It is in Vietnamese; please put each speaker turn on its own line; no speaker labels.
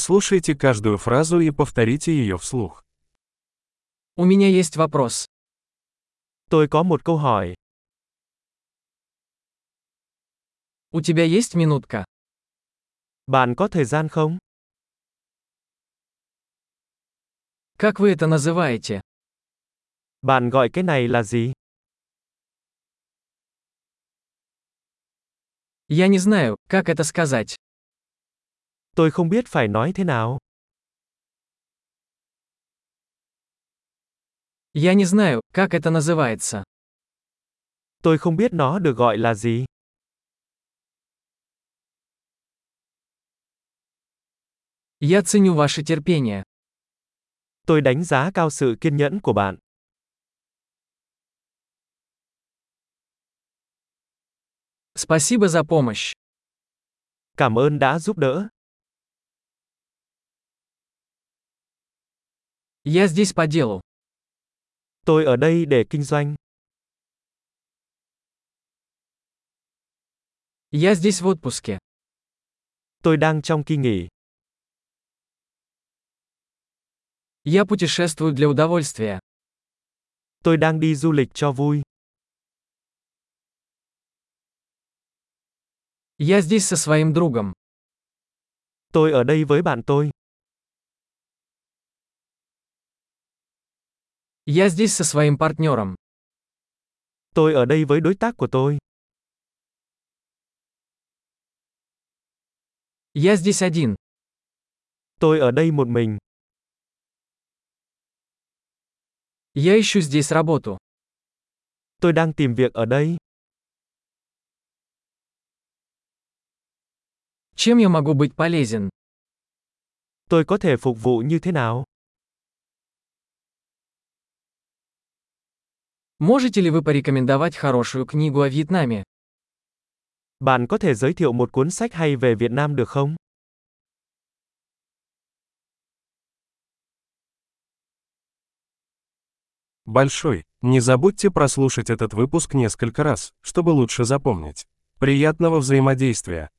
Прослушайте каждую фразу и повторите ее вслух.
У меня есть вопрос.
Tôi có một câu hỏi.
У тебя есть минутка?
Bạn có thời gian không?
Как вы это называете?
Bạn gọi cái này là gì?
Я не знаю, как это сказать.
Tôi không biết phải nói thế nào.
Я не знаю, как это называется.
Tôi không biết nó được gọi là gì.
Я ценю ваше терпение.
Tôi đánh giá cao sự kiên nhẫn của bạn.
Спасибо за помощь.
Cảm ơn đã giúp đỡ.
Я здесь по делу.
Tôi ở đây để kinh doanh.
Я здесь в отпуске.
Tôi đang trong kỳ nghỉ.
Я путешествую для удовольствия.
Tôi đang đi du lịch cho vui.
Я здесь со своим другом.
Tôi ở đây với bạn tôi.
Я здесь со своим партнером.
Tôi ở đây với đối tác của tôi.
Я здесь один.
Tôi ở đây một mình.
Я ищу здесь работу.
Tôi đang tìm việc ở đây.
Чем я могу быть полезен?
Tôi có thể phục vụ như thế nào?
Можете ли вы порекомендовать хорошую книгу о Вьетнаме?
Bạn có thể giới thiệu một cuốn sách hay về Việt Nam được không?
Большой. Не забудьте прослушать этот выпуск несколько раз, чтобы лучше запомнить. Приятного взаимодействия!